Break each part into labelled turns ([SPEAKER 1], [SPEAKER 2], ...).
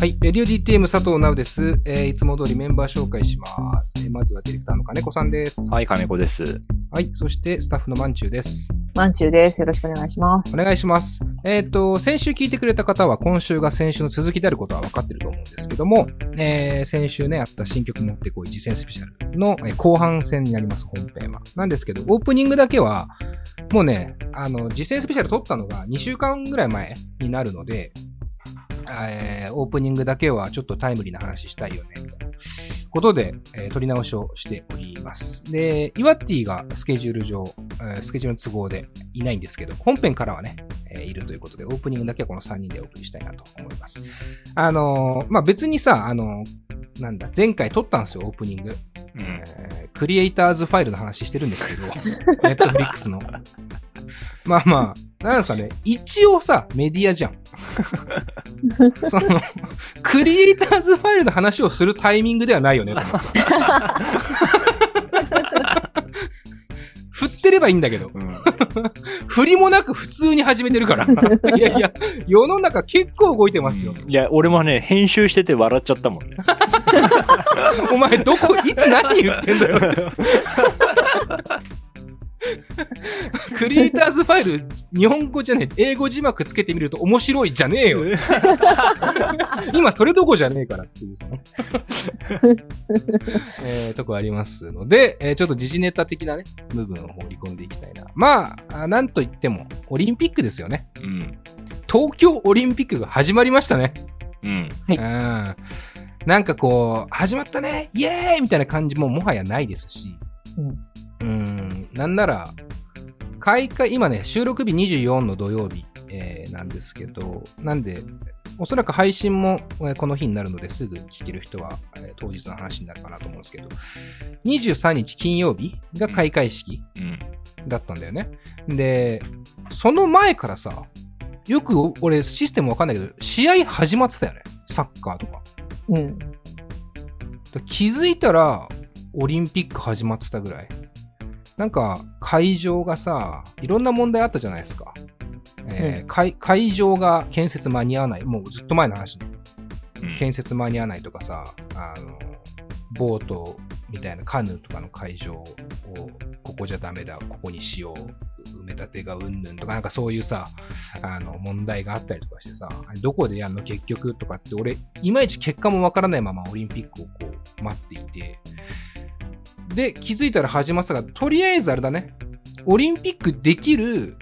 [SPEAKER 1] はい。レディオ DTM 佐藤直です。えーいつも通りメンバー紹介します。えーまずはディレクターの金子さんです。はい。
[SPEAKER 2] はい、金子です。
[SPEAKER 1] そしてスタッフのまんちゅうです。
[SPEAKER 3] マンチュウです。よろしくお願いします
[SPEAKER 1] お。願いします。えっ、と、先週聞いてくれた方は今週が先週の続きであることは分かってると思うんですけども、えー先週ね、あった新曲持ってこい実践スペシャルのえー後半戦になります、本編は。なんですけど、オープニングだけは、もうね、あの、実践スペシャル撮ったのが2週間ぐらい前になるので、えーオープニングだけはちょっとタイムリーな話したいよね、ということで、えー撮り直しをしております。で、イワッティがスケジュール上、えースケジュールの都合でいないんですけど、本編からはね、えーいるということで、オープニングだけはこの3人でお送りしたいなと思います。あのーまあ、別にさ、あのーなんだ、前回撮ったんですよ、オープニング。
[SPEAKER 2] うん。
[SPEAKER 1] えークリエイターズファイルの話してるんです けど、ネットフリックスの。まあまあ、なんですかね、一応さ、メディアじゃ ん。その、クリエイターズファイルの話をするタイミングではない よね、と思って振ってればいいんだけど。
[SPEAKER 2] うん。
[SPEAKER 1] 振りもなく普通に始めてるから。いやいや、世の中結構動いてますよ。
[SPEAKER 2] いや、俺もね、編集してて笑っちゃったもんね。
[SPEAKER 1] お前、どこ、いつ何言ってんだよ。クリエイターズファイル、日本語じゃねえ、英語字幕つけてみると面白いじゃねえよ。 今、それどこじゃねえからっていう、そのえーとこありますので、えーちょっと時事ネタ的なね、部分を放り込んでいきたいな。まああ、なんといっても、オリンピックですよね。
[SPEAKER 2] うん。
[SPEAKER 1] 東京オリンピックが始まりましたね。
[SPEAKER 2] うん。
[SPEAKER 1] うん。なんかこう、始まったねイエーイみたいな感じももはやないですし。うん。なんなら、開会、今ね、収録日24の土曜日、えーなんですけど、なんで、おそらく配信もえーこの日になるのですぐ聞ける人は、えー当日の話になるかなと思うんですけど、23日金曜日が開会式
[SPEAKER 2] うん。
[SPEAKER 1] だったんだよね。で、その前からさ、よくお俺システムわかんないけど、試合始まってたよね。サッカーとか。
[SPEAKER 3] うん。
[SPEAKER 1] で気づいたらオリンピック始まってたぐらいなんか会場がさいろんな問題あったじゃないですか、えー会会場が建設間に合わないもうずっと前の話ね
[SPEAKER 2] うん
[SPEAKER 1] 建設間に合わないとかさあのボートみたいなカヌーとかの会場をここじゃダメだここにしよう埋め立てがうんぬんとかなんかそういうさあの問題があったりとかしてさどこでやんの結局とかって俺いまいち結果もわからないままオリンピックをこう待っていてで気づいたら始まってたがとりあえずあれだねオリンピックできる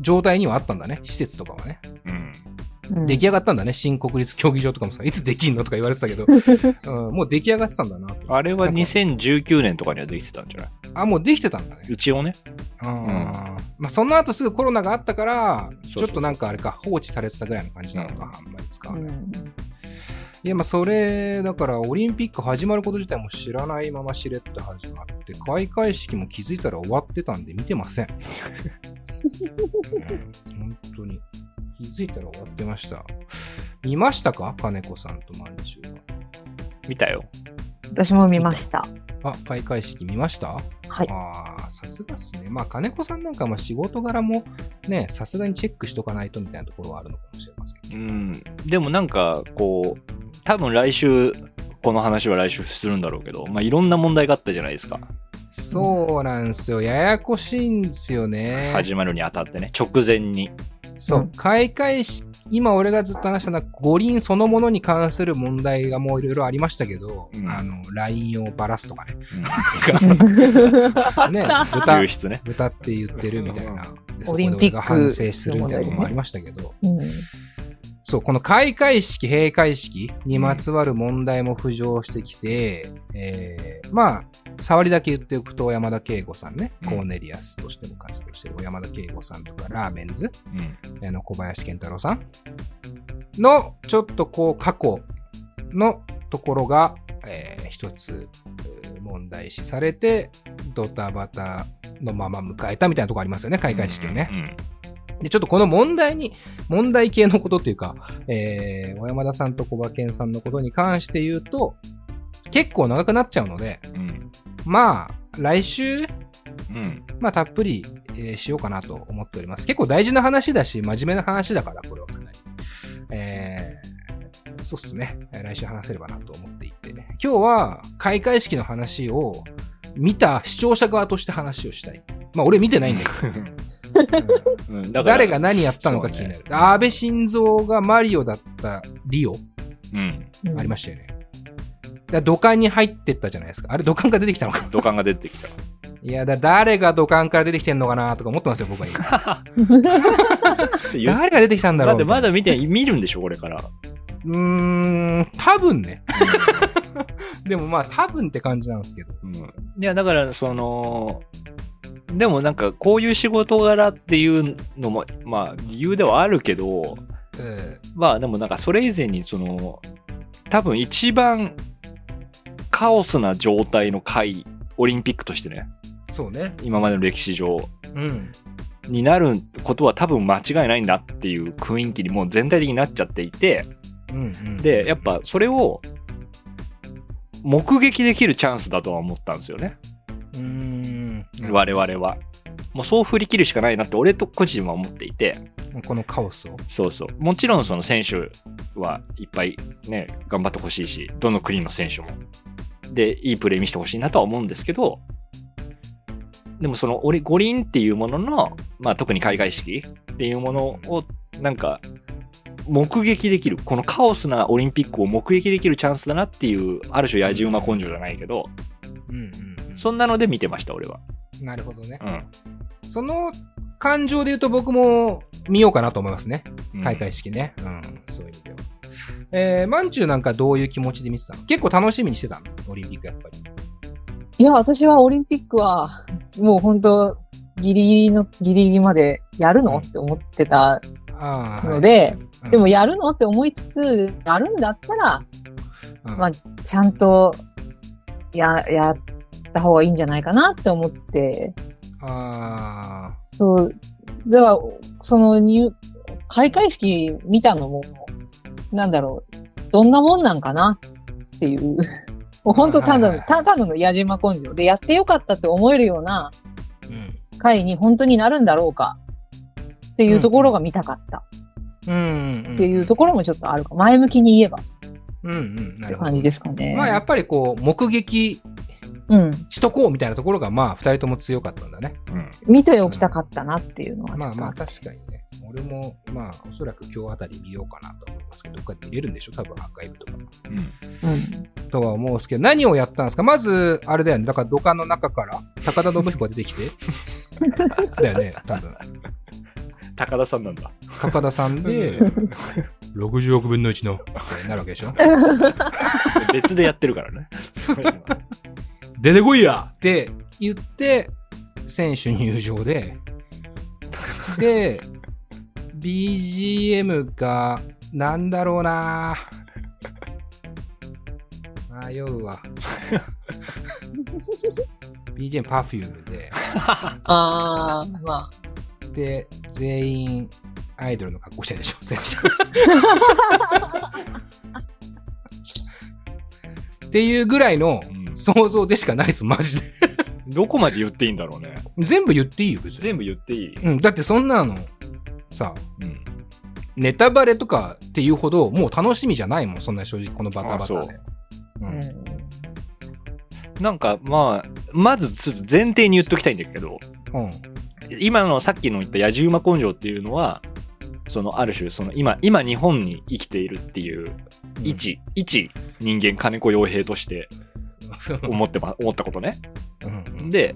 [SPEAKER 1] 状態にはあったんだね施設とかはね
[SPEAKER 2] うん。
[SPEAKER 3] うん
[SPEAKER 1] 出来上がったんだね、新国立競技場とかもさ、いつできんのとか言われてたけど、うん、もう出来上がってたんだなと。
[SPEAKER 2] あれは2019年とかにはできてたんじゃない
[SPEAKER 1] あ、もうできてたんだね。
[SPEAKER 2] 一応ね。
[SPEAKER 1] あーまあ、その後すぐコロナがあったから、
[SPEAKER 2] そうそう
[SPEAKER 1] ちょっとなんかあれか、放置されてたぐらいの感じなのか、あんまり使わ
[SPEAKER 3] う
[SPEAKER 1] ない。
[SPEAKER 3] ん
[SPEAKER 1] いや、まあ、それ、だから、オリンピック始まること自体も知らないまましれっと始まって、開会式も気づいたら終わってたんで見てません。うん本当に。気づいたら終わってました。見ましたか金子さんとまんちゅうは。
[SPEAKER 2] 見たよ。
[SPEAKER 3] 私も見ました。
[SPEAKER 1] あ、開会式見ました
[SPEAKER 3] はい。、
[SPEAKER 1] ああ、さすがっすね。まあ、金子さんなんかはまあ仕事柄もね、さすがにチェックしとかないとみたいなところはあるのかもしれませんけど。
[SPEAKER 2] うん。でもなんか、こう、多分来週、この話は来週するんだろうけど、まあ、いろんな問題があったじゃないですか。
[SPEAKER 1] そうなんすよ。ややこしいんですよね。
[SPEAKER 2] 始まるにあたってね、直前に。
[SPEAKER 1] そううん開会式、今俺がずっと話したのは五輪そのものに関する問題がもういろいろありましたけど、
[SPEAKER 2] うん
[SPEAKER 1] あの、LINE をばらすとか ね。
[SPEAKER 3] うん
[SPEAKER 1] ね、豚
[SPEAKER 2] 流、出ね。
[SPEAKER 1] 豚って言ってるみたいな。で
[SPEAKER 3] オリンピック
[SPEAKER 1] そこで俺が反省するみたいなのもありましたけど。
[SPEAKER 3] うん
[SPEAKER 1] そう、この開会式、閉会式にまつわる問題も浮上してきて、えーまあ、触りだけ言っておくと、山田圭吾さんね、
[SPEAKER 2] うん
[SPEAKER 1] コーネリアスとしても活動してる山田圭吾さんとか、ラーメンズ、
[SPEAKER 2] うん。
[SPEAKER 1] あの小林健太郎さんの、ちょっとこう、過去のところが、えー一つ、えー問題視されて、ドタバタのまま迎えたみたいなところありますよね、開会式をね。
[SPEAKER 2] うん。
[SPEAKER 1] で、ちょっとこの問題に、問題系のことというか、えー、小山田さんと小馬健さんのことに関して言うと、結構長くなっちゃうので、
[SPEAKER 2] うん。
[SPEAKER 1] まあ、来週、
[SPEAKER 2] うん。
[SPEAKER 1] まあ、たっぷり、えーしようかなと思っております。結構大事な話だし、真面目な話だから、これはかなり。えそうっすね。えー来週話せればなと思っていて。今日は開会式の話を見た視聴者側として話をしたい。まあ俺見てないんだけど。うん
[SPEAKER 2] うん、だから
[SPEAKER 1] 誰が何やったのか気になる。安倍晋三がマリオだったリオ、
[SPEAKER 2] うん、
[SPEAKER 3] うん
[SPEAKER 1] ありましたよね。だ土管に入ってったじゃないですか。あれ土管から出てきたのか。
[SPEAKER 2] 土管が出てきた。
[SPEAKER 1] いや、だ誰が土管から出てきてんのかなとか思ってますよ、僕は 今。
[SPEAKER 2] 言っ
[SPEAKER 1] 誰が出てきたんだ
[SPEAKER 2] だ
[SPEAKER 1] ろう
[SPEAKER 2] って
[SPEAKER 1] みた
[SPEAKER 2] ま
[SPEAKER 1] いな
[SPEAKER 2] だ見て、見るんでしょ、これから。
[SPEAKER 1] うーん、多分ね。 でもまあ多分って感じなんですけど。
[SPEAKER 2] うん、いや、だから、その、でもなんか、こういう仕事柄っていうのも、まあ、理由ではあるけど、
[SPEAKER 1] え
[SPEAKER 2] まあ、でもなんか、それ以前に、その、多分一番カオスな状態の回、オリンピックとしてね、
[SPEAKER 1] ーそうね。
[SPEAKER 2] 今までの歴史上、
[SPEAKER 1] うん。
[SPEAKER 2] になることは多分間違いないんだっていう雰囲気にもう全体的になっちゃっていて、
[SPEAKER 1] うん、うん。
[SPEAKER 2] で、やっぱそれを目撃できるチャンスだとは思ったんですよね。
[SPEAKER 1] うーん。
[SPEAKER 2] 我々は。もうそう振り切るしかないなって俺と個人は思っていて、
[SPEAKER 1] このカオスを。
[SPEAKER 2] そうそう。もちろんその選手はいっぱいね、頑張ってほしいし、どの国の選手も。で、いいプレー見せてほしいなとは思うんですけど、でもその俺五輪っていうものの、まあ特に開会式っていうものをなんか目撃できる、このカオスなオリンピックを目撃できるチャンスだなっていう、ある種野じ馬根性じゃないけど、
[SPEAKER 1] うん、うん。
[SPEAKER 2] そんなので見てました俺は。
[SPEAKER 1] なるほどね。
[SPEAKER 2] うん
[SPEAKER 1] その感情で言うと僕も見ようかなと思いますね。
[SPEAKER 2] うん。
[SPEAKER 1] 開会式ね。うん、そういう意味では。えー、まんちゅうなんかどういう気持ちで見てたの結構楽しみにしてたのオリンピックやっぱり。
[SPEAKER 3] いや、私はオリンピックは、もう本当、ギリギリの、ギリギリまでやるのって思ってた
[SPEAKER 1] ああ。はい
[SPEAKER 3] の、で、
[SPEAKER 1] うん
[SPEAKER 3] でも、やるのって思いつつ、やるんだったら、
[SPEAKER 1] うん
[SPEAKER 3] まあ、ちゃんと、や、やった方がいいんじゃないかなって思って、
[SPEAKER 1] あ
[SPEAKER 3] そう、だから、その入、開会式見たのも、なんだろう、どんなもんなんかなっていう。 もう本当た
[SPEAKER 1] はいはい
[SPEAKER 3] だ、
[SPEAKER 1] はい
[SPEAKER 3] たただの矢島根性で、やってよかったって思えるような
[SPEAKER 1] ーうん。
[SPEAKER 3] 会に本当になるんだろうかっていうところが見たかった
[SPEAKER 1] うん、うん。
[SPEAKER 3] っていうところもちょっとあるか。前向きに言えばっ
[SPEAKER 1] うん、うん。な
[SPEAKER 3] て
[SPEAKER 1] るほど
[SPEAKER 3] 感。じですかね。
[SPEAKER 1] まあやっぱりこう、目撃
[SPEAKER 3] うん。
[SPEAKER 1] しとこうみたいなところがまあ二人とも強かったんだね。
[SPEAKER 2] うん。
[SPEAKER 3] 見ておきたかったなっていうのはちょ
[SPEAKER 1] まあ
[SPEAKER 3] っと
[SPEAKER 1] ま
[SPEAKER 3] あ
[SPEAKER 1] あ
[SPEAKER 3] った。
[SPEAKER 1] 確かにね。俺もまあおそらく今日あたり見ようかなと思いますけど、どっかで見れるんでしょ多分アーカイブとか。
[SPEAKER 2] うん
[SPEAKER 3] うん
[SPEAKER 1] とは思うんですけど、何をやったんですかまず、あれだよね。だから土管の中から高田信彦が出てきて。だよね、多分。
[SPEAKER 2] 高田さんなんだ。
[SPEAKER 1] 高田さん で、60億分の1の、ってなるわけでしょ
[SPEAKER 2] 別でやってるからね。
[SPEAKER 1] 出てこいやって言って、選手入場で、で、BGM が、なんだろうな迷うわ。BGM パフュームで、
[SPEAKER 3] ああ、ま
[SPEAKER 1] で、全員、アイドルの格好してるでしょ、 選手。っていうぐらいの
[SPEAKER 2] うん
[SPEAKER 1] 想像でしかないです、マジで。
[SPEAKER 2] どこまで言っていいんだろうね。
[SPEAKER 1] 全部言っていいよ、別に。
[SPEAKER 2] 全部言っていい。
[SPEAKER 1] うん、だってそんなの、さ、
[SPEAKER 2] うん。
[SPEAKER 1] ネタバレとかっていうほど、もう楽しみじゃないもん、そんな正直、このバタバタで。う
[SPEAKER 3] あ。うんん
[SPEAKER 2] なんか、まあ、まずちょっと前提に言っときたいんだけど、
[SPEAKER 1] うん。
[SPEAKER 2] 今のさっきの言った野じ馬根性っていうのは、そのある種、その今、今日本に生きているっていう、一、一人間金子傭兵と して思ってま、思ったことね。
[SPEAKER 1] うん。うん、
[SPEAKER 2] で、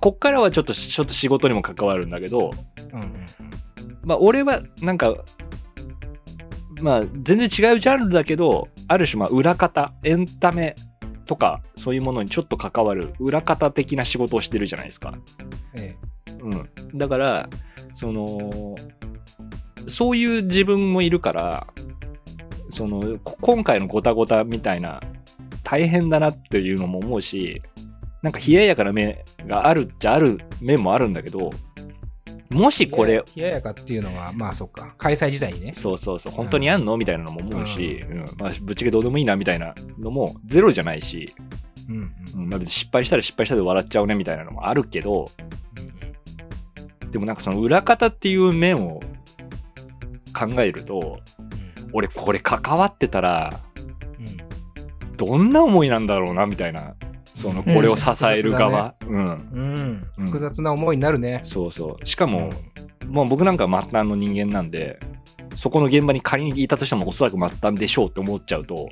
[SPEAKER 2] こっからはちょっと、ちょっと仕事にも関わるんだけど、
[SPEAKER 1] うんうん
[SPEAKER 2] まあ、俺はなんか、まあ、全然違うジャンルだけど、ある種、まあ、裏方、エンタメとか、そういうものにちょっと関わる、裏方的な仕事をしてるじゃないですか。
[SPEAKER 1] え
[SPEAKER 2] うん。だから、その、そういう自分もいるから、その、こ今回のごたごたみたいな、大変だなっていうのも思うし、なんか冷ややかな面があるっちゃある面もあるんだけど、も
[SPEAKER 1] え
[SPEAKER 2] しこれ、
[SPEAKER 1] 冷ややかっていうのは、まあそっか、開催自体にね。
[SPEAKER 2] そうそうそう、本当にやんのみたいなのも思うし、うんまあ、ぶっちゃけどうでもいいなみたいなのもゼロじゃないし、
[SPEAKER 1] うんうん
[SPEAKER 2] うんまあ、別に失敗したら失敗したで笑っちゃうねみたいなのもあるけど、
[SPEAKER 1] う
[SPEAKER 2] でもなんかその裏方っていう面を考えると、
[SPEAKER 1] んうん
[SPEAKER 2] 俺これ関わってたら、
[SPEAKER 1] うん
[SPEAKER 2] どんな思いなんだろうな、みたいな。その、これを支える側。う
[SPEAKER 1] う
[SPEAKER 2] ん。
[SPEAKER 1] ん、
[SPEAKER 2] うん
[SPEAKER 1] 複雑な思いになるね。
[SPEAKER 2] そうそう。しかも、まあ僕なんか末端の人間なんで、そこの現場に仮にいたとしてもおそらく末端でしょうって思っちゃうと、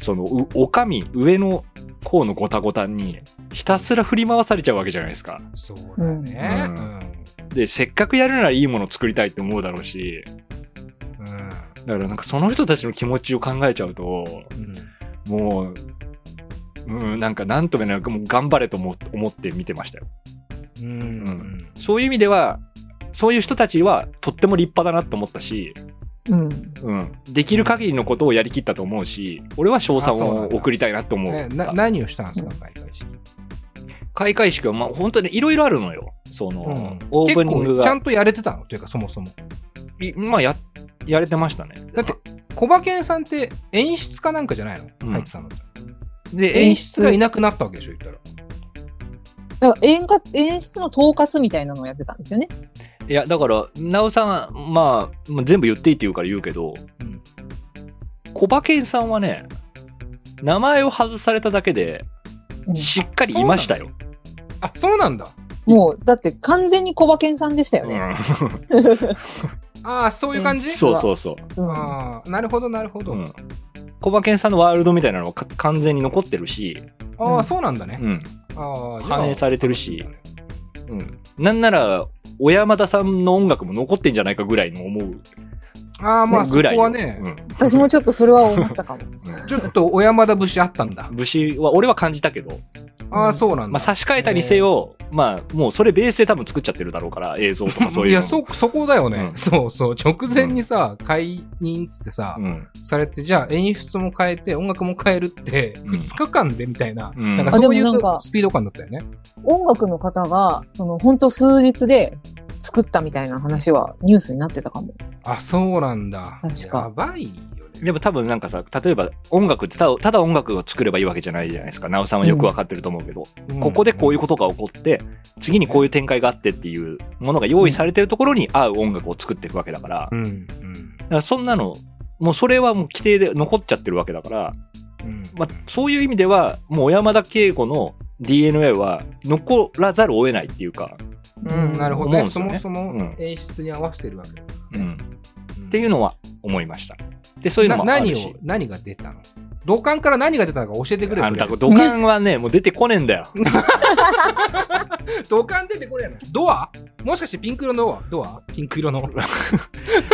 [SPEAKER 2] その、うおかみ、上の方のごたごたに、ひたすら振り回されちゃうわけじゃないですか。
[SPEAKER 1] そうだね。
[SPEAKER 2] う
[SPEAKER 1] うんん。
[SPEAKER 2] で、せっかくやるならいいものを作りたいって思うだろうし、
[SPEAKER 1] うん。
[SPEAKER 2] だからなんかその人たちの気持ちを考えちゃうと、
[SPEAKER 1] うん
[SPEAKER 2] もう、うん、なんかなんとも言えない、もう頑張れと思思って見てましたよ。
[SPEAKER 1] うん。うん。
[SPEAKER 2] そういう意味では、そういう人たちはとっても立派だなと思ったし、
[SPEAKER 3] うん。
[SPEAKER 2] うん、できる限りのことをやりきったと思うし、俺は賞賛
[SPEAKER 1] あそうな
[SPEAKER 2] を
[SPEAKER 1] んだ
[SPEAKER 2] 送りたいなと思う。
[SPEAKER 1] えな何をしたんですか、開会式。
[SPEAKER 2] 開会式は、まあ、本当にいろいろあるのよ。その、オープニング
[SPEAKER 1] 結構ちゃ
[SPEAKER 2] が
[SPEAKER 1] ん。とやれてたのというか、そもそも。
[SPEAKER 2] いまあや、やれてましたね。
[SPEAKER 1] だって、小馬健さんって演出家なんかじゃないの、
[SPEAKER 2] うん
[SPEAKER 1] 入ってたの。
[SPEAKER 2] で、
[SPEAKER 1] 演
[SPEAKER 2] 演
[SPEAKER 1] 出
[SPEAKER 2] 出
[SPEAKER 1] が
[SPEAKER 2] が
[SPEAKER 1] いなくなったわけでしょ、言ったら。
[SPEAKER 3] だから演歌演出の統括みたいなのをやってたんですよね。
[SPEAKER 2] いや、だから、なおさん、まあ、まあ全部言っていいって言うから言うけど、
[SPEAKER 1] うん。
[SPEAKER 2] 小馬健さんはね、名前を外されただけで、
[SPEAKER 3] うん
[SPEAKER 2] しっかりいましたよ。
[SPEAKER 1] あ、そうなんだ。
[SPEAKER 3] もう、だって完全に小馬健さんでしたよね。
[SPEAKER 1] ああ、そういう感じ
[SPEAKER 2] うんそうそうそう。
[SPEAKER 3] うん。
[SPEAKER 1] ああ、なるほど、なるほど。
[SPEAKER 2] うん小馬健さんのワールドみたいなのはか完全に残ってるし、
[SPEAKER 1] あ
[SPEAKER 3] う
[SPEAKER 1] あ、
[SPEAKER 3] ん
[SPEAKER 1] そうなんだね。
[SPEAKER 2] うん
[SPEAKER 1] ああ、じゃあ
[SPEAKER 2] 反映されてるし、うん、なんなら小山田さんの音楽も残ってんじゃないかぐらいの思う
[SPEAKER 1] ああ、まあ、そ
[SPEAKER 2] ぐらい
[SPEAKER 1] こ
[SPEAKER 2] よ
[SPEAKER 1] はね、
[SPEAKER 3] 私もちょっとそれは思ったか も。
[SPEAKER 2] うんうん
[SPEAKER 1] ちょっと小山田節あったんだ。
[SPEAKER 2] 武士は俺は感じたけど、
[SPEAKER 1] ああ、そうなん
[SPEAKER 2] ま
[SPEAKER 1] だ。
[SPEAKER 2] あ、差し替えたにせよ、まあ、もうそれベースで多分作っちゃってるだろうから映像とかそういう
[SPEAKER 1] い
[SPEAKER 2] の
[SPEAKER 1] や、そ、そこだよね。
[SPEAKER 2] うん
[SPEAKER 1] そうそう。直前にさ、解任っつってさ、
[SPEAKER 2] うん
[SPEAKER 1] されて、じゃあ演出も変えて、音楽も変えるって、
[SPEAKER 2] うん
[SPEAKER 1] 2日間でみたいな、
[SPEAKER 2] うん
[SPEAKER 1] なんかそうい
[SPEAKER 3] あでもなん
[SPEAKER 1] う
[SPEAKER 3] か
[SPEAKER 1] スピード感だったよね。
[SPEAKER 3] 音楽の方が、その、本当数日で作ったみたいな話はニュースになってたかも。
[SPEAKER 1] あ、そうなんだ。
[SPEAKER 3] 確か
[SPEAKER 1] やばいよね。
[SPEAKER 2] でも多分なんかさ例えば音楽ってただただ音楽を作ればいいわけじゃないじゃないですかなおさんはよくわかってると思うけど、ここでこういうことが起こって、次にこういう展開があってっていうものが用意されてるところに合う音楽を作っていくわけだから、
[SPEAKER 1] うん。うん。
[SPEAKER 2] だからそんなの、もうそれはもう規定で残っちゃってるわけだから、
[SPEAKER 1] うん。
[SPEAKER 2] まあ、そういう意味では、もう小山田圭吾の DNA は残らざるを得ないっていうか、
[SPEAKER 1] うん、なるほど
[SPEAKER 2] 思うん
[SPEAKER 1] ね。
[SPEAKER 2] です
[SPEAKER 1] そ
[SPEAKER 2] よね
[SPEAKER 1] もそ
[SPEAKER 2] うん
[SPEAKER 1] も演出に合わせてるわけだか
[SPEAKER 2] うん、
[SPEAKER 1] ら。
[SPEAKER 2] っていうのは思いました。で、そういうの
[SPEAKER 1] な
[SPEAKER 2] もあ
[SPEAKER 1] 何
[SPEAKER 2] る
[SPEAKER 1] を
[SPEAKER 2] し。、
[SPEAKER 1] 何が出たの土管から何が出たのか教えてくれ
[SPEAKER 2] あの、だ
[SPEAKER 1] とりあ
[SPEAKER 2] 土管はね、もう出てこねえ んだよ。
[SPEAKER 1] えず土管出てこれやなドアもしかしてピンク色のドアドアピンク色 の。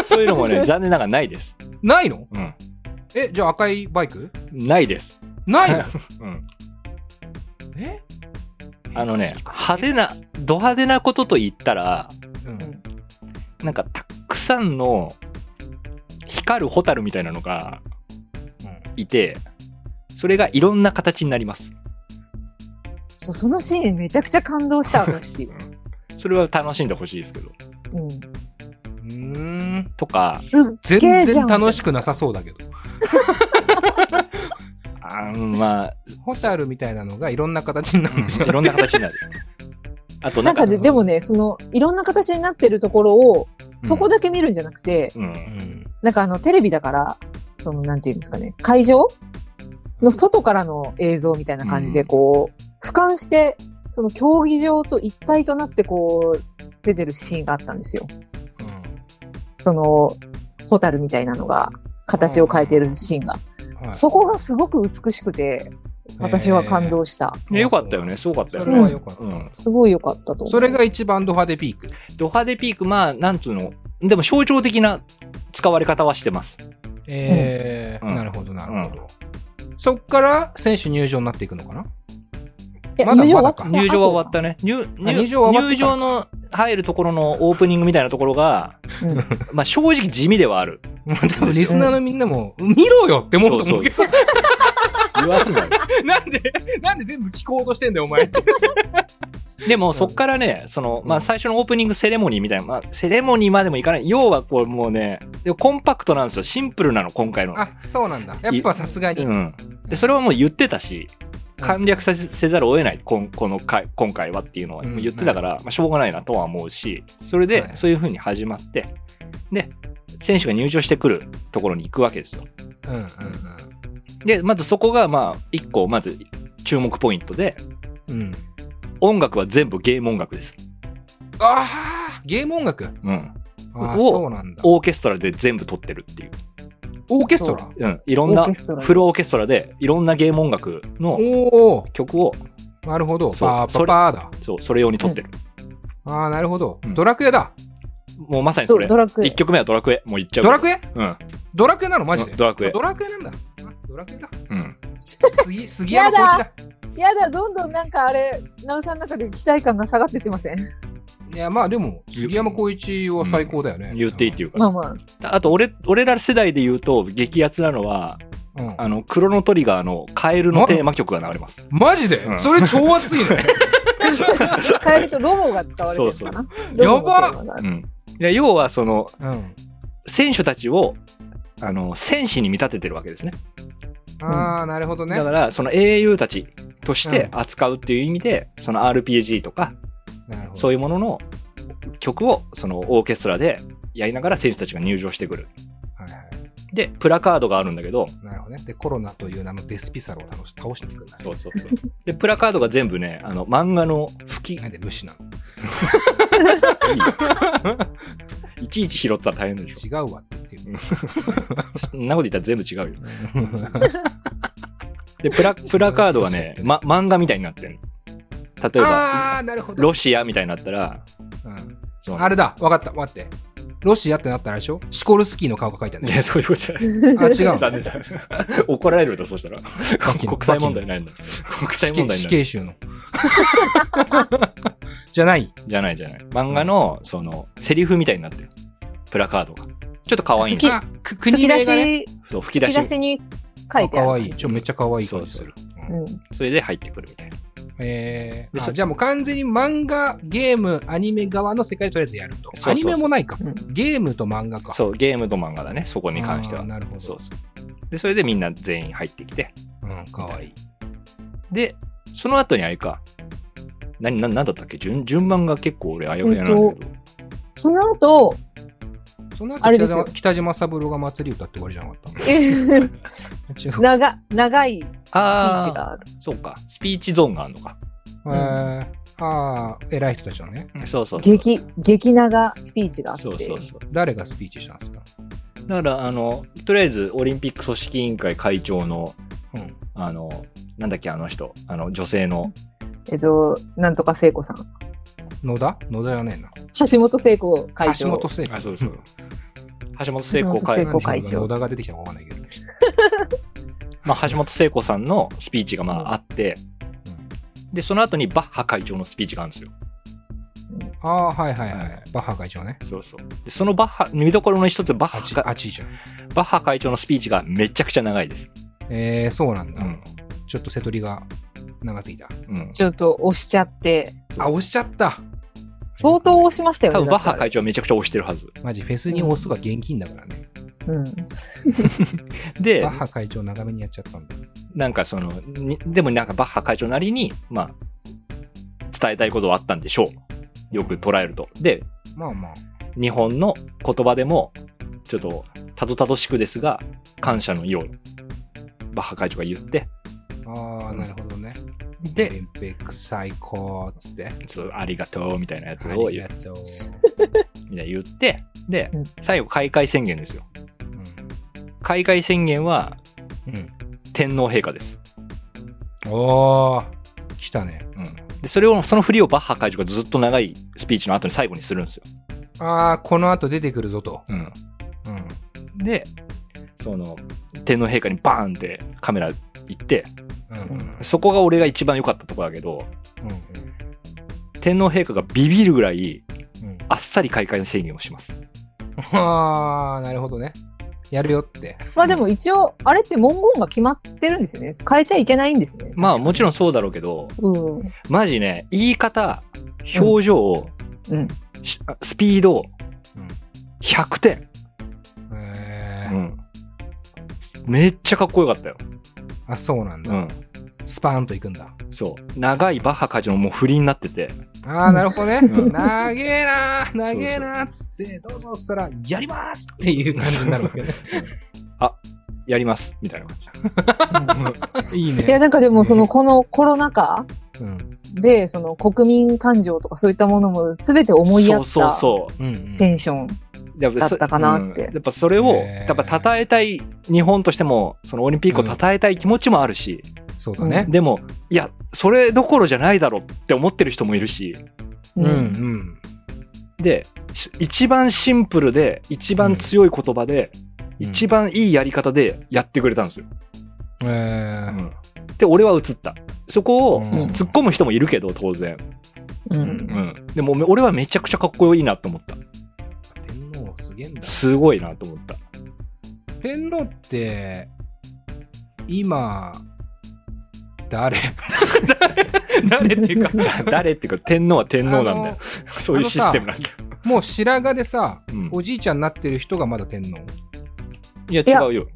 [SPEAKER 2] そういうのもね、残念ながらないです。
[SPEAKER 1] ないの
[SPEAKER 2] うん。
[SPEAKER 1] え、じゃあ赤いバイク
[SPEAKER 2] ないです。
[SPEAKER 1] ない の
[SPEAKER 2] うん。
[SPEAKER 1] え
[SPEAKER 2] あのね、派手な、ド派手なことと言ったら、
[SPEAKER 1] うん。
[SPEAKER 2] なんかたくさんの光るホタルみたいなのがいて、それがいろんな形になります。
[SPEAKER 3] そうそのシーンめちゃくちゃ感動した私。
[SPEAKER 2] それは楽しんでほしいですけど。
[SPEAKER 3] うん。
[SPEAKER 1] うん。うーん
[SPEAKER 2] とか、
[SPEAKER 3] すっ
[SPEAKER 1] 全
[SPEAKER 3] げえじゃ
[SPEAKER 1] 然
[SPEAKER 3] ん。
[SPEAKER 1] 楽しくなさそうだけど。
[SPEAKER 2] あーまあ、
[SPEAKER 1] ホタルみたいなのがいろんな形になるんでし ょ
[SPEAKER 2] いろんな形になる。あとな
[SPEAKER 3] な
[SPEAKER 2] んん
[SPEAKER 3] か
[SPEAKER 2] か、
[SPEAKER 3] で、でもね、その、いろんな形になってるところを、そこだけ見るんじゃなくて、
[SPEAKER 2] うん、
[SPEAKER 1] うん
[SPEAKER 3] なんかあの、テレビだから、その、なんていうんですかね、会場の外からの映像みたいな感じ
[SPEAKER 2] う
[SPEAKER 3] で、
[SPEAKER 2] ん
[SPEAKER 3] こう、俯瞰して、その競技場と一体となって、こう、出てるシーンがあったんですよ。その、ホタルみたいなのが、形を変えてるシーンが。
[SPEAKER 1] うんはい
[SPEAKER 3] そこがすごく美しくて、私は感動した。
[SPEAKER 2] ねよかったよね、すごかったよね。
[SPEAKER 1] それは良かった
[SPEAKER 2] うん。
[SPEAKER 3] すごい良かったと思う。
[SPEAKER 1] それが一番ド派手ピーク。
[SPEAKER 2] ド派手ピーク、まあ、なんつうの、でも象徴的な使われ方はしてます。
[SPEAKER 1] えー
[SPEAKER 2] うん
[SPEAKER 1] なるほど、なるほど。そっから選手入場になっていくのかない
[SPEAKER 3] や
[SPEAKER 1] まだ
[SPEAKER 3] 入
[SPEAKER 1] ま
[SPEAKER 3] 場
[SPEAKER 1] だか
[SPEAKER 3] 終わった
[SPEAKER 2] 入場は終わったね。入
[SPEAKER 1] あ
[SPEAKER 2] 入
[SPEAKER 1] 入場は終わ
[SPEAKER 2] 入
[SPEAKER 1] ったか
[SPEAKER 2] 場の入るところのオープニングみたいなところが、
[SPEAKER 3] うん
[SPEAKER 2] まあ正直地味ではある。
[SPEAKER 1] 多分リスナーのみんなも、見ろよって思うと思うけど、
[SPEAKER 2] 言わすなよ
[SPEAKER 1] なんで、なんで全部聞こうとしてんだよ、お前。
[SPEAKER 2] でも、そっからね、その、まあ、最初のオープニングセレモニーみたいな、まあ、セレモニーまでもいかない。要は、こう、もうね、でコンパクトなんですよ。シンプルなの、今回の。
[SPEAKER 1] あ、そうなんだ。やっぱさすがに。
[SPEAKER 2] う
[SPEAKER 1] うん
[SPEAKER 2] ん。で、それはもう言ってたし、簡略させせざるを得ない、こんこの回、今回はっていうのは
[SPEAKER 1] うん
[SPEAKER 2] 言ってたから、まあ、しょうがないなとは思うし、それで
[SPEAKER 1] は、い
[SPEAKER 2] そういう風に始まって、で、選手が入場してくるところに行くわけですよ。
[SPEAKER 1] うんうんうん。
[SPEAKER 2] で、まずそこが、まあ、一個、まず注目ポイントで、
[SPEAKER 1] うん。
[SPEAKER 2] 音楽は全部ゲーム音楽です。
[SPEAKER 1] ああゲーム音楽
[SPEAKER 2] うん。
[SPEAKER 1] ああ、
[SPEAKER 2] を
[SPEAKER 1] そうなんだ。
[SPEAKER 2] オーケストラで全部撮ってるっていう。
[SPEAKER 1] オーケストラ
[SPEAKER 2] うん。いろん
[SPEAKER 3] オー
[SPEAKER 2] な
[SPEAKER 3] ケ、ストラ
[SPEAKER 2] フルオーケストラで、いろんなゲーム音楽の
[SPEAKER 1] おお
[SPEAKER 2] 曲を、
[SPEAKER 1] なるほど。
[SPEAKER 2] そう
[SPEAKER 1] パーパ
[SPEAKER 2] そ
[SPEAKER 1] ー
[SPEAKER 2] れ
[SPEAKER 1] パーだ。
[SPEAKER 2] そう、それ用に撮ってる。
[SPEAKER 1] ああ、なるほど
[SPEAKER 2] う。ん
[SPEAKER 1] ドラクエだ。
[SPEAKER 2] もうまさにそ
[SPEAKER 3] そう、
[SPEAKER 2] れ
[SPEAKER 3] ド。ラクエ
[SPEAKER 2] 一。曲目はドラクエ。もういっちゃう。
[SPEAKER 1] ドラクエ
[SPEAKER 2] うん。
[SPEAKER 1] ドラクエなのマジで。
[SPEAKER 2] ドラクエ
[SPEAKER 1] ド。ラクエなんだ。あドラクエ だ。
[SPEAKER 2] うん。
[SPEAKER 1] 杉杉山浩一だ。
[SPEAKER 3] やだ、どんどんなんかあれ、ナウさんの中で期待感が下がってって ません
[SPEAKER 1] いや、まあでも、杉山浩一は最高だよね。
[SPEAKER 2] 言っていいっていう
[SPEAKER 3] ま
[SPEAKER 2] か。
[SPEAKER 3] あまあ。
[SPEAKER 2] あと、俺、俺ら世代で言うと、激アツなのは、
[SPEAKER 1] うん。うん
[SPEAKER 2] あの、クロノトリガーのカエルのテーマ曲が流れます。
[SPEAKER 1] マジで
[SPEAKER 2] うん
[SPEAKER 1] それ超熱い ね。
[SPEAKER 3] 変えるとロボが使われてるのかな。ロボのテーマが
[SPEAKER 2] うん。で要は、その、
[SPEAKER 1] うん。
[SPEAKER 2] 選手たちを、あの、戦士に見立ててるわけですね。
[SPEAKER 1] ああ、なるほどね
[SPEAKER 2] だ。から、その英雄たちとして扱うっていう意味で、その RPG とか、
[SPEAKER 1] なるほど
[SPEAKER 2] そういうものの曲を、そのオーケストラでやりながら選手たちが入場してくる。
[SPEAKER 1] はいはい。
[SPEAKER 2] で、プラカードがあるんだけど、
[SPEAKER 1] なるほどね。で、コロナという名のデスピサロを倒し倒していくんだね。
[SPEAKER 2] そうそうそう。で、プラカードが全部ね、あの、漫画の吹き
[SPEAKER 1] な、んで無視なの
[SPEAKER 2] いちいち拾ったら大変でし
[SPEAKER 1] 違うわって言ってる。
[SPEAKER 2] ょ。そんなこと言ったら全部違うよ。で、プラ、プラカードはね、ま、漫画みたいになってる例えば、
[SPEAKER 1] ああ、なるほど。
[SPEAKER 2] ロシアみたいになったら、
[SPEAKER 1] うん
[SPEAKER 2] その
[SPEAKER 1] あれだ、わかった、待って。ロシアってなったらあれでしょシコルスキーの顔が書いてあるん
[SPEAKER 2] い
[SPEAKER 1] だよ
[SPEAKER 2] や、そういうことじゃな
[SPEAKER 1] あ、
[SPEAKER 2] い。
[SPEAKER 1] 違う
[SPEAKER 2] 残念だ。怒られるだ、そしたら。
[SPEAKER 1] キの
[SPEAKER 2] 国際問題になるんだ。国際問題に
[SPEAKER 1] 死
[SPEAKER 2] なる。
[SPEAKER 1] 刑囚の。 じゃない。
[SPEAKER 2] じゃないじゃない。漫画の、その、セリフみたいになってる。プラカードが。ちょっと可愛いんですよ。
[SPEAKER 1] あ、く
[SPEAKER 3] 吹
[SPEAKER 1] 国
[SPEAKER 3] き出
[SPEAKER 1] 名がね。
[SPEAKER 3] し、
[SPEAKER 2] そう、吹き
[SPEAKER 3] 吹
[SPEAKER 2] 出
[SPEAKER 3] き出
[SPEAKER 2] し。
[SPEAKER 3] しに書いてある。
[SPEAKER 1] かわいい。ちょ、めっちゃかわいい感じする。うん
[SPEAKER 3] うん。
[SPEAKER 2] それで入ってくるみたいな。
[SPEAKER 1] えー
[SPEAKER 2] で
[SPEAKER 1] あ
[SPEAKER 2] そ
[SPEAKER 1] じゃあもう完全に漫画、ゲーム、アニメ側の世界でとりあえずやると。
[SPEAKER 2] そうそうそう
[SPEAKER 1] アニメもないか
[SPEAKER 3] うん。
[SPEAKER 1] ゲームと漫画か。
[SPEAKER 2] そう、ゲームと漫画だね、そこに関して
[SPEAKER 1] あ
[SPEAKER 2] は
[SPEAKER 1] ー。なるほど。
[SPEAKER 2] そうそう。で、それでみんな全員入ってきて。
[SPEAKER 1] うん、かわいい。
[SPEAKER 2] で、その後にあれか。何、何だったっけ順順番が結構俺、あやふやなんだけど。
[SPEAKER 3] その 後、
[SPEAKER 1] その後
[SPEAKER 3] あれ
[SPEAKER 1] 北
[SPEAKER 3] ですよ
[SPEAKER 1] 島、北島三郎が祭り歌って終わりじゃなか っ
[SPEAKER 3] えー
[SPEAKER 1] た違う。
[SPEAKER 3] 長、長いスピーチ
[SPEAKER 2] ああ、
[SPEAKER 3] がある。
[SPEAKER 2] そうか。スピーチゾーンがあるのか。
[SPEAKER 1] えー、ああ、偉い人たちのね。
[SPEAKER 2] そうそうそう。
[SPEAKER 3] 激、激長スピーチがあって。
[SPEAKER 2] そうそうそう。
[SPEAKER 1] 誰がスピーチしたんですか
[SPEAKER 2] だから、あの、とりあえず、オリンピック組織委員会会長の、
[SPEAKER 1] うん。
[SPEAKER 2] あの、なんだっけ、あの人、あの、女性の、
[SPEAKER 3] えっと、なんとか聖子さん。
[SPEAKER 1] 野田野田じゃねえな。
[SPEAKER 3] 橋本聖子会長。
[SPEAKER 1] 橋本聖子。
[SPEAKER 2] そうそう。橋本聖子
[SPEAKER 3] 聖
[SPEAKER 1] な
[SPEAKER 2] 会
[SPEAKER 3] 子
[SPEAKER 1] んで
[SPEAKER 3] 会長
[SPEAKER 1] 野田が出てきたかわかんないけど。
[SPEAKER 2] まあ、橋本聖子さんのスピーチがまああって、で、その後にバッハ会長のスピーチがあるんですよ。
[SPEAKER 1] ああ、はいはいは
[SPEAKER 2] はい
[SPEAKER 1] い。バッハ会長ね。
[SPEAKER 2] そうそう。で、そのバッハ、見どころの一つ、バッ
[SPEAKER 1] あ
[SPEAKER 2] ハ
[SPEAKER 1] っち、
[SPEAKER 2] が
[SPEAKER 1] あっちじゃん。
[SPEAKER 2] バッハ会長のスピーチがめちゃくちゃ長いです。
[SPEAKER 1] えー、そうなんだ。
[SPEAKER 2] うん
[SPEAKER 1] ちょっと瀬戸りが長すぎた。
[SPEAKER 2] うん。
[SPEAKER 3] ちょっと押しちゃって。
[SPEAKER 1] あ、押しちゃった。
[SPEAKER 3] 相当押しましたよ
[SPEAKER 2] 多
[SPEAKER 3] ね。
[SPEAKER 2] 分バッハ
[SPEAKER 3] だっ
[SPEAKER 2] 会長めちゃくちゃ推してるはず。
[SPEAKER 1] マジ、フェスに押すは現金だからね。
[SPEAKER 3] てあれうん。
[SPEAKER 2] で
[SPEAKER 1] バッ、ハ会長長めにやっちゃったんだ。
[SPEAKER 2] なんかその、にでもなんかバッハ会長なりに、まあ、伝えたいことはあったんでしょう。よく捉えると。で、
[SPEAKER 1] まあまあ。
[SPEAKER 2] 日本の言葉でも、ちょっと、たどたどしくですが、感謝の意を、バッハ会長が言って、
[SPEAKER 1] ああ、なるほどね。オリ
[SPEAKER 2] で、
[SPEAKER 1] ンピック最高っつって。
[SPEAKER 2] そうありがとうみたいなやつ
[SPEAKER 1] あ
[SPEAKER 2] を
[SPEAKER 1] り
[SPEAKER 2] 言
[SPEAKER 1] が
[SPEAKER 2] う
[SPEAKER 1] とう。
[SPEAKER 2] みんな言って、で
[SPEAKER 3] うん、
[SPEAKER 2] 最後、開会宣言ですよ。開会宣言は、
[SPEAKER 1] うん。
[SPEAKER 2] 天皇陛下です。
[SPEAKER 1] うん、おー、来たね。
[SPEAKER 2] で、それを、その振りをバッハ会長がずっと長いスピーチの後に最後にするんですよ。
[SPEAKER 1] ああ、この後出てくるぞと。
[SPEAKER 2] うん。
[SPEAKER 1] うん。
[SPEAKER 2] で、その、天皇陛下にバーンってカメラ行って、
[SPEAKER 1] うんうんうん
[SPEAKER 2] そこが俺が一番良かったとこだけど、
[SPEAKER 1] うん
[SPEAKER 2] 天皇陛下がビビるぐらい、
[SPEAKER 1] うん。
[SPEAKER 2] あっさり開会宣言をします。
[SPEAKER 1] ああ、なるほどね。やるよって。
[SPEAKER 3] まあでも一応、あれって文言が決まってるんですよね。変えちゃいけないんですよね。
[SPEAKER 2] まあもちろんそうだろうけど、
[SPEAKER 3] うん。
[SPEAKER 2] マジね、言い方、表情、
[SPEAKER 3] うん。
[SPEAKER 2] しスピード、
[SPEAKER 1] うん
[SPEAKER 2] 100点、
[SPEAKER 1] え
[SPEAKER 2] う
[SPEAKER 1] ー
[SPEAKER 2] んめっちゃかっこよかったよ。
[SPEAKER 1] あ、そうなん
[SPEAKER 2] う
[SPEAKER 1] だ。
[SPEAKER 2] ん
[SPEAKER 1] スパーンと行くんだ。
[SPEAKER 2] そう。長いバッハ会長のもう振りになってて、
[SPEAKER 1] ああ、なるほどね。
[SPEAKER 2] うん
[SPEAKER 1] 長 えなー、長えなーっつって、どうぞっつったら、やりますっていう感じになるわけ ね。
[SPEAKER 2] やります、みたいな感じ。
[SPEAKER 1] いい
[SPEAKER 3] いや、
[SPEAKER 1] ね。
[SPEAKER 3] なんかでもそ
[SPEAKER 1] うん
[SPEAKER 3] の、このコロナ禍
[SPEAKER 1] うん。
[SPEAKER 3] で、その国民感情とかそういったものも全て思いやっ
[SPEAKER 2] そう
[SPEAKER 3] た
[SPEAKER 2] そうそう。
[SPEAKER 1] うんうん。
[SPEAKER 3] テンション。
[SPEAKER 2] だ
[SPEAKER 3] だったかなって
[SPEAKER 2] やっぱそれを、
[SPEAKER 1] へー
[SPEAKER 2] やっぱ称えたい、日本としても、そのオリンピックを称えたい気持ちもあるし、
[SPEAKER 1] そうだね。
[SPEAKER 2] でも、いや、それどころじゃないだろうって思ってる人もいるし、
[SPEAKER 1] う
[SPEAKER 3] うん。
[SPEAKER 1] うんん。
[SPEAKER 2] で、し一番シンプルで、一番強い言葉で、
[SPEAKER 1] うん
[SPEAKER 2] 一番いいやり方でやってくれたんですよ。
[SPEAKER 1] えー
[SPEAKER 2] で、俺は映った。そこを
[SPEAKER 1] うん
[SPEAKER 2] 突っ込む人もいるけど、当然。
[SPEAKER 3] う。
[SPEAKER 1] うん ん
[SPEAKER 2] でも、俺はめちゃくちゃかっこいいなと思った。
[SPEAKER 1] 天皇すげえんだ。
[SPEAKER 2] すごいなと思った。
[SPEAKER 1] 天皇って、今、誰
[SPEAKER 2] 誰っていうか、 誰っていうか、天皇は天皇なんだよ。そういうシステムなんだよ。
[SPEAKER 1] もう白髪でさ、
[SPEAKER 2] うん
[SPEAKER 1] おじいちゃんになってる人がまだ天皇。
[SPEAKER 2] いや、
[SPEAKER 3] いや
[SPEAKER 2] 違うよ。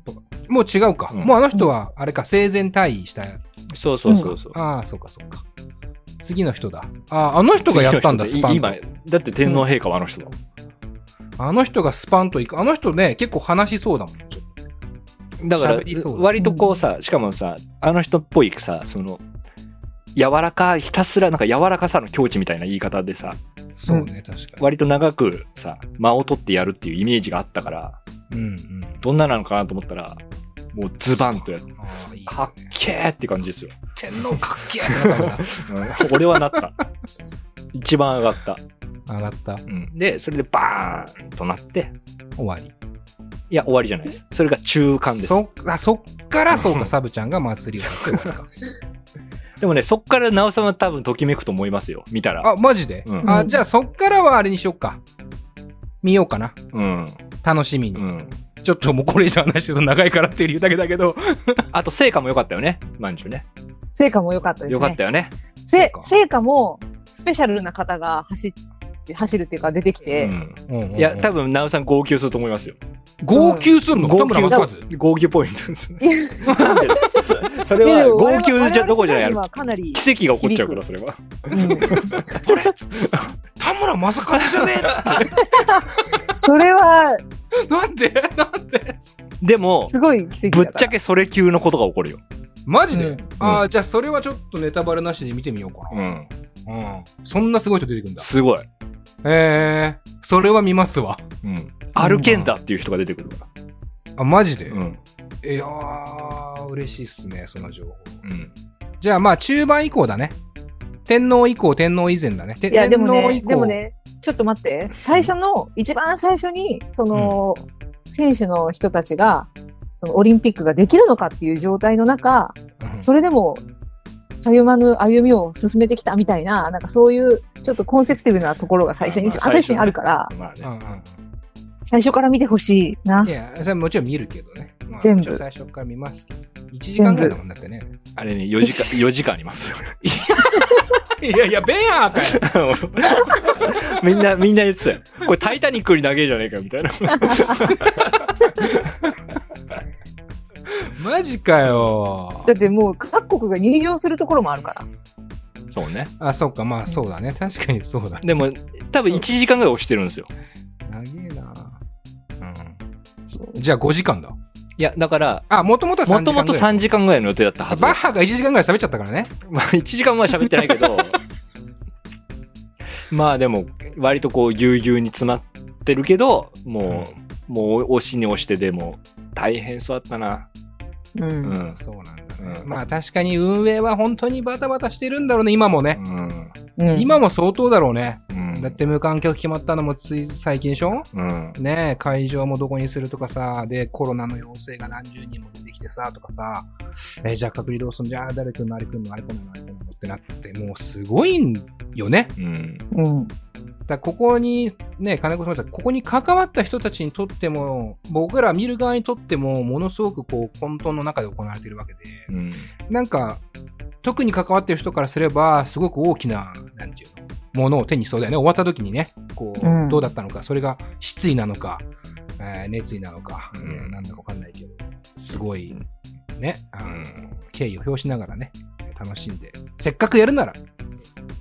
[SPEAKER 1] もう違うか。
[SPEAKER 2] うん
[SPEAKER 1] もうあの人は、あれか、生前退位した。
[SPEAKER 2] そうそうそうそう。
[SPEAKER 1] ああ、そうかそうか。次の人だ。ああ、あの人がやったんだ、ス
[SPEAKER 2] 次
[SPEAKER 1] パ
[SPEAKER 2] の
[SPEAKER 1] ン
[SPEAKER 2] 人
[SPEAKER 1] と
[SPEAKER 2] でい。今、だって天皇陛下はあの人だもん。
[SPEAKER 1] あの人がスパンと行く。あの人ね、結構話しそうだもん。
[SPEAKER 2] だから
[SPEAKER 1] 喋りそうだ
[SPEAKER 2] 割とこうさしかもさあの人っぽいさその柔らかいひたすらなんか柔らかさの境地みたいな言い方でさ
[SPEAKER 1] そうね、確か
[SPEAKER 2] 割と長くさ間を取ってやるっていうイメージがあったから
[SPEAKER 1] に。うんうん。
[SPEAKER 2] どんななのかなと思ったらもうズバンとやって
[SPEAKER 1] ああ、いい、ね。
[SPEAKER 2] かっけーって感じですよ、
[SPEAKER 1] 天皇かっけえってなったか
[SPEAKER 2] うん俺はなった一番上がった、
[SPEAKER 1] ら 上がった。
[SPEAKER 2] うんでそれでバーンとなって
[SPEAKER 1] 終わり。
[SPEAKER 2] いや終わりじゃないですそれが中間です
[SPEAKER 1] そっあそっから、そうか、サブちゃんが祭りをやって終わりか。
[SPEAKER 2] でもねそっからなおさま多分ときめくと思いますよ見たら
[SPEAKER 1] あ、マジで、
[SPEAKER 2] うん
[SPEAKER 1] あ、じゃあそっからはあれにしよっか。見ようかな。
[SPEAKER 2] うん
[SPEAKER 1] 楽しみ
[SPEAKER 2] う
[SPEAKER 1] に。
[SPEAKER 2] ん
[SPEAKER 1] ちょっともうこれ以上話してると長いからっていう理由だけだけど。
[SPEAKER 2] あと成果も良かったよねまんじゅうね
[SPEAKER 3] 成果も良かったですね。
[SPEAKER 2] よかったよね。
[SPEAKER 1] そう
[SPEAKER 3] で
[SPEAKER 1] か、
[SPEAKER 3] 聖火もスペシャルな方が走って、走るっていうか出てき
[SPEAKER 2] う
[SPEAKER 3] て、
[SPEAKER 2] ん、
[SPEAKER 1] うんうんうん
[SPEAKER 2] いや、多分、ナウさん号泣すると思いますよ。
[SPEAKER 1] 号泣すんの、
[SPEAKER 2] 号
[SPEAKER 1] 田
[SPEAKER 2] 泣
[SPEAKER 1] 村正和。う
[SPEAKER 2] 号泣ポイントです。
[SPEAKER 3] いや
[SPEAKER 2] なんでだそれ
[SPEAKER 3] いや
[SPEAKER 2] は、
[SPEAKER 3] でも
[SPEAKER 2] 号泣じゃどこじゃや
[SPEAKER 3] 我
[SPEAKER 2] る
[SPEAKER 3] 々。世代にはか なり、
[SPEAKER 2] 奇跡が起こっちゃうから、それは。
[SPEAKER 1] 田村正和じゃね
[SPEAKER 3] それは
[SPEAKER 1] え なんでなんで
[SPEAKER 2] でも、
[SPEAKER 3] すごい奇
[SPEAKER 2] ぶ
[SPEAKER 3] 跡
[SPEAKER 2] っ
[SPEAKER 3] だか
[SPEAKER 2] ちゃ
[SPEAKER 3] ら。
[SPEAKER 2] けそれ級のことが起こるよ。
[SPEAKER 1] マジで、
[SPEAKER 3] うん
[SPEAKER 1] ああ、じゃあそれはちょっとネタバレなしで見てみようかな。
[SPEAKER 2] うん。
[SPEAKER 1] うん。そんなすごい人出てくるんだ。
[SPEAKER 2] すごい。
[SPEAKER 1] えー、それは見ますわ。
[SPEAKER 2] うん。歩けんだっていう人が出てくるから。
[SPEAKER 1] あ、マジで、
[SPEAKER 2] うん。
[SPEAKER 1] いやー、嬉しいっすね、その情報。
[SPEAKER 2] うん。
[SPEAKER 1] じゃあまあ中盤以降だね。天皇以降、天皇以前だね。て
[SPEAKER 3] いや、で
[SPEAKER 1] 天
[SPEAKER 3] も
[SPEAKER 1] 皇
[SPEAKER 3] ね
[SPEAKER 1] 以、降。
[SPEAKER 3] でもね、ちょっと待って。最初の、一番最初に、その、選手の人たちが、そのオリンピックができるのかっていう状態の中、
[SPEAKER 1] うん
[SPEAKER 3] それでも、たゆまぬ歩みを進めてきたみたいな、なんかそういう、ちょっとコンセプティブなところが最初に、
[SPEAKER 2] まあ
[SPEAKER 3] 一番最初にあるから、
[SPEAKER 2] まあ
[SPEAKER 1] う
[SPEAKER 2] ね。
[SPEAKER 1] んうん
[SPEAKER 3] 最初から見てほしいな。
[SPEAKER 1] いや、それはもちろん見るけどね。まあ
[SPEAKER 3] 全部
[SPEAKER 1] 一応最初から見ますけど。1時間ぐらいだもんだってね。
[SPEAKER 2] あれね、4時 間、4時間ありますよ。
[SPEAKER 1] いやいや、ベンアーかよ。
[SPEAKER 2] みんな、みんな言ってたよ。これタイタニックに投げじゃねえか、みたいな。
[SPEAKER 1] マジかよ
[SPEAKER 3] だ。ってもう、各国が入場するところもあるから。
[SPEAKER 2] そうね。
[SPEAKER 1] あ、そっか、まあそうだね。確かにそうだ。
[SPEAKER 2] でも、多分1時間ぐらい押してるんですよ。
[SPEAKER 1] 長えな。うん。
[SPEAKER 3] そう
[SPEAKER 1] じゃあ5時間だ。
[SPEAKER 2] いや、だから、
[SPEAKER 1] あ、もともとは3
[SPEAKER 2] も
[SPEAKER 1] 時
[SPEAKER 2] と
[SPEAKER 1] 間
[SPEAKER 2] も
[SPEAKER 1] ぐ
[SPEAKER 2] と
[SPEAKER 1] らい。
[SPEAKER 2] 3時間ぐらいの予定だったはず。
[SPEAKER 1] バッハが1時間ぐらい喋っちゃったからね。
[SPEAKER 2] まあ、1時 間は喋ってないけ ど、まあでも、割とこう、ぎゅうぎゅうに詰まってるけど、もう、もう押しに押してでも、大変そうだったな。
[SPEAKER 3] う。
[SPEAKER 2] うんん。
[SPEAKER 1] そうなんだね。
[SPEAKER 2] うん
[SPEAKER 1] まあ確かに運営は本当にバタバタしてるんだろうね、今も
[SPEAKER 2] う
[SPEAKER 1] ね。
[SPEAKER 2] ん。
[SPEAKER 3] うん
[SPEAKER 1] 今も相当だろうね。
[SPEAKER 2] うん
[SPEAKER 1] だっ、て無観客決まったのもつい最近でしょ
[SPEAKER 2] うん。
[SPEAKER 1] ねえ、会場もどこにするとかさ、で、コロナの陽性が何十人も出てきてさ、とかさ、えーじゃあ隔離どうすんじゃあ、誰くんのあれくんのあれくんのあれくんのってなって、もうすごいんよね。
[SPEAKER 2] うん。
[SPEAKER 3] うん。
[SPEAKER 1] だからここに、ね、金子さんが言ったここに関わった人たちにとっても、僕ら見る側にとっても、ものすごくこう、混沌の中で行われているわけで、
[SPEAKER 2] うん。
[SPEAKER 1] なんか、特に関わってる人からすれば、すごく大きな、なんていうの、ものを手にしそうだよね。終わった時にね、こう、
[SPEAKER 3] うん
[SPEAKER 1] どうだったのか、それが失意なのか、えー熱意なのか、
[SPEAKER 2] うん
[SPEAKER 1] えーなんだかわかんないけど、すごい、ね、あの
[SPEAKER 2] うん
[SPEAKER 1] 敬意を表しながらね、楽しんで、せっかくやるなら、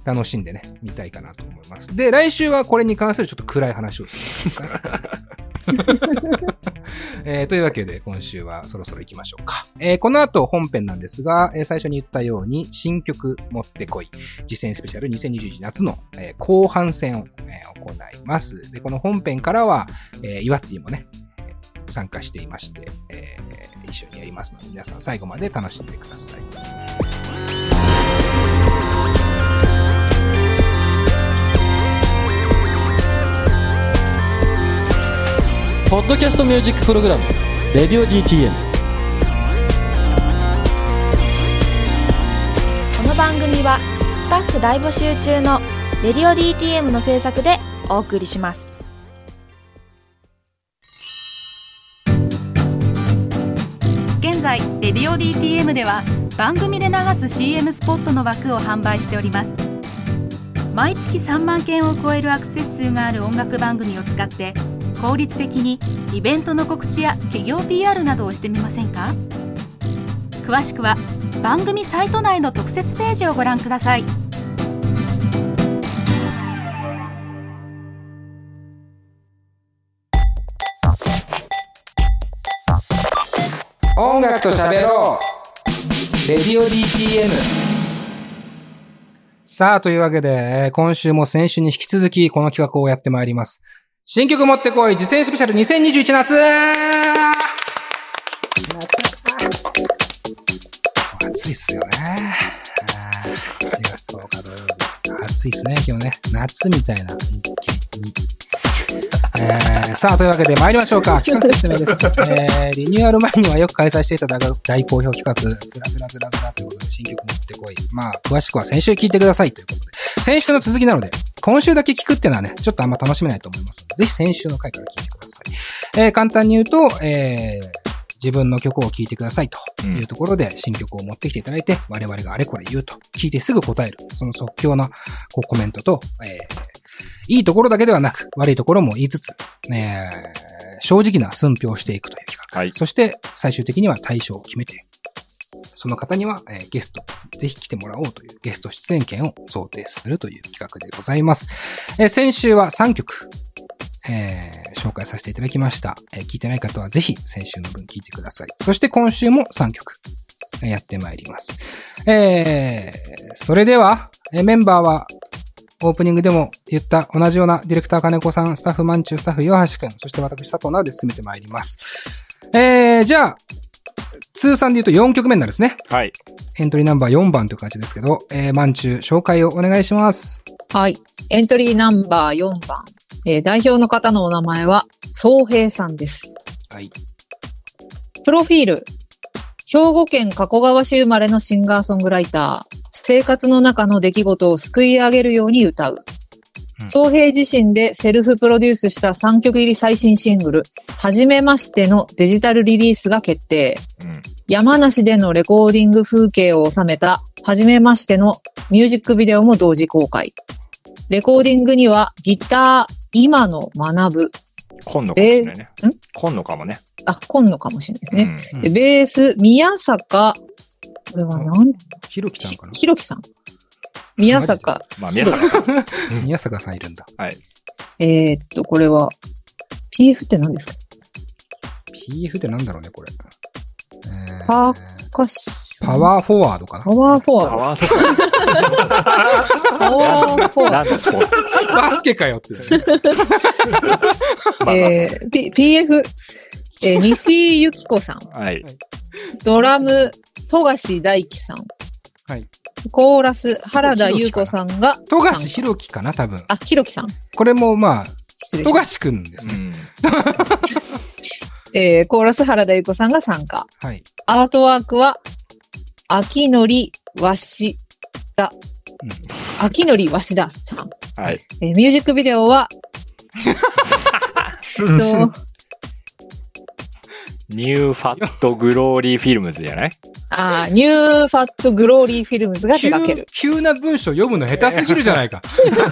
[SPEAKER 1] 楽しんでね、見たいかなと思います。で、来週はこれに関するちょっと暗い話をするんですかね。 えーというわけで、今週はそろそろ行きましょうか。えーこの後本編なんですが、えー最初に言ったように、新曲持ってこい、実践スペシャル2021夏の、えー後半戦を、えー行います。で、この本編からは、えー、イワッティもね、参加していまして、えー一緒にやりますので、皆さん最後まで楽しんでください。
[SPEAKER 4] ポッドキャストミュージックプログラム「レディオ DTM」
[SPEAKER 5] この番組はスタッフ大募集中のレディオ DTM の制作でお送りします。
[SPEAKER 6] 現在レディオ DTM では番組で流す CM スポットの枠を販売しております毎月3万件を超えるアクセス数がある音楽番組を使って効率的にイベントの告知や企業 PR などをしてみませんか詳しくは番組サイト内の特設ページをご覧ください
[SPEAKER 1] 音楽と喋ろうレディオ DTM さあ、というわけで、えー今週も先週に引き続き、この企画をやってまいります。新曲持ってこい実践スペシャル2021夏暑いっすよね。あー4月10日土曜日。暑いっすね、今日ね。夏みたいな、一気に。えーさあ、というわけで参りましょうか。企画説明です。えーリニューアル前にはよく開催していた大大好評企画、ずらずらずらずらということで新曲持ってこい。まあ、詳しくは先週聞いてくださいということで。先週の続きなので、今週だけ聞くっていうのはね、ちょっとあんま楽しめないと思いますので。ぜひ先週の回から聞いてください。えー簡単に言うと、えー自分の曲を聴いてくださいというところで新曲を持ってきていただいて、我々があれこれ言うと、聴いてすぐ答える、その即興なこうコメントと、えーいいところだけではなく、悪いところも言いつつ、えー正直な寸評をしていくという企画。
[SPEAKER 2] はい
[SPEAKER 1] そして、最終的には対象を決めて、その方には、えーゲスト、ぜひ来てもらおうというゲスト出演権を想定するという企画でございます。えー先週は3曲、えー紹介させていただきました。えー聞いてない方はぜひ先週の分聞いてください。そして今週も3曲、えーやってまいります。えーそれでは、えーメンバーは、オープニングでも言った同じようなディレクター金子さん、スタッフマンチュー、スタッフ岩橋くん、そして私佐藤直で進めてまいります。えーじゃあ、通算で言うと4曲目になるんですね。
[SPEAKER 2] はい。
[SPEAKER 1] エントリーナンバー4番という感じですけど、えー、マンチュー、紹介をお願いします。
[SPEAKER 3] はい。エントリーナンバー4番。えー代表の方のお名前は、総平さんです。
[SPEAKER 1] はい。
[SPEAKER 3] プロフィール。兵庫県加古川市生まれのシンガーソングライター。生活の中の出来事を救い上げるように歌う
[SPEAKER 1] う。ん
[SPEAKER 3] 総平自身でセルフプロデュースした3曲入り最新シングル、はじめましてのデジタルリリースが決定。山梨でのレコーディング風景を収めた、はじめましてのミュージックビデオも同時公開。レコーディングには、ギター、今の学ぶ、
[SPEAKER 2] 今野かもしれないね。
[SPEAKER 3] えん
[SPEAKER 2] 今野かもね。
[SPEAKER 3] あ、今野かもしれないです
[SPEAKER 2] う
[SPEAKER 3] ね。
[SPEAKER 2] ん
[SPEAKER 3] でベース、宮坂、これは何
[SPEAKER 1] ひろきさんかな
[SPEAKER 3] ひろきさん。宮坂、
[SPEAKER 2] まあ、皆さん、
[SPEAKER 1] 宮坂さんいるんだ。
[SPEAKER 3] えーっと、これは、PF って何ですか
[SPEAKER 1] PF ってなんだろうね、これ。えー
[SPEAKER 3] パ歌詞。
[SPEAKER 1] パワーフォワードかな
[SPEAKER 3] パワーフォ
[SPEAKER 2] パワ
[SPEAKER 3] ワー
[SPEAKER 2] ーとか、
[SPEAKER 3] ド。パワーフォワード。
[SPEAKER 2] なんのスポーツ
[SPEAKER 1] バスケかよって。
[SPEAKER 2] まあまあ
[SPEAKER 3] えー、P- PF、えー西井由紀 子さん。
[SPEAKER 2] はい。
[SPEAKER 3] ドラム、富樫大樹さん。
[SPEAKER 1] はい。
[SPEAKER 3] コーラス、原田優子さんが。
[SPEAKER 1] 富�asi ひろきかな、多分。
[SPEAKER 3] あ、ひろきさん。
[SPEAKER 1] これもまあ、
[SPEAKER 3] 失礼し
[SPEAKER 1] 富
[SPEAKER 3] まし
[SPEAKER 1] 樫くんですね。
[SPEAKER 3] た。えー、コーラス、原田優子さんが参加。
[SPEAKER 1] はい。
[SPEAKER 3] アートワークは、秋のり、わし、だ。秋のり、わしださん。
[SPEAKER 2] うんはい。
[SPEAKER 3] えーミュージックビデオは、えっと、
[SPEAKER 2] ニューファットグローリーフィルムズじゃない
[SPEAKER 3] あーニューファットグローリーフィルムズが手
[SPEAKER 1] 急
[SPEAKER 3] 掛ける。
[SPEAKER 1] 急な文章読むの下手すぎるじゃないか。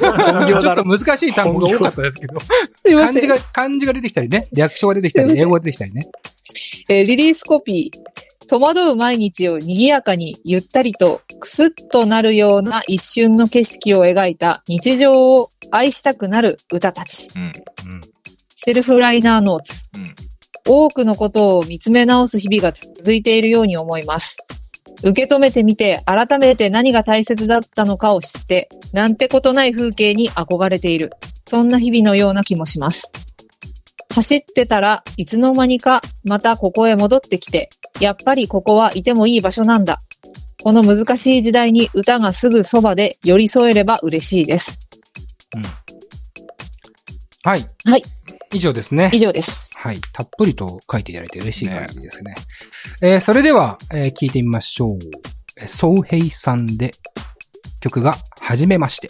[SPEAKER 2] 本
[SPEAKER 1] ちょ
[SPEAKER 2] 業
[SPEAKER 1] っ
[SPEAKER 2] だ
[SPEAKER 1] と
[SPEAKER 2] ろ
[SPEAKER 1] 難しい単語が多かったですけど。
[SPEAKER 3] すいま
[SPEAKER 1] 漢
[SPEAKER 3] せ
[SPEAKER 1] 字
[SPEAKER 3] ん。
[SPEAKER 1] が、漢字が出てきたりね。略称が出てきた
[SPEAKER 3] す
[SPEAKER 1] り、
[SPEAKER 3] いませ
[SPEAKER 1] 英
[SPEAKER 3] ん
[SPEAKER 1] 語が出てきたりね。
[SPEAKER 3] えーリリースコピー、戸惑う毎日を賑やかにゆったりとクスッとなるような一瞬の景色を描いた日常を愛したくなる歌たち。
[SPEAKER 2] うんうん
[SPEAKER 3] セルフライナーノーツ。
[SPEAKER 2] うん
[SPEAKER 3] 多くのことを見つめ直す日々が続いているように思います。受け止めてみて、改めて何が大切だったのかを知って、なんてことない風景に憧れている。そんな日々のような気もします。走ってたらいつの間にかまたここへ戻ってきて、やっぱりここはいてもいい場所なんだ。この難しい時代に歌がすぐそばで寄り添えれば嬉しいです。
[SPEAKER 1] はい。
[SPEAKER 3] はい。
[SPEAKER 1] 以上ですね
[SPEAKER 3] 以。上です。
[SPEAKER 1] はい。たっぷりと書いていただいて嬉しい限りですね。えーそれでは、えー聞いてみましょう。えー、ソウヘイさんで、曲が、はじめまして。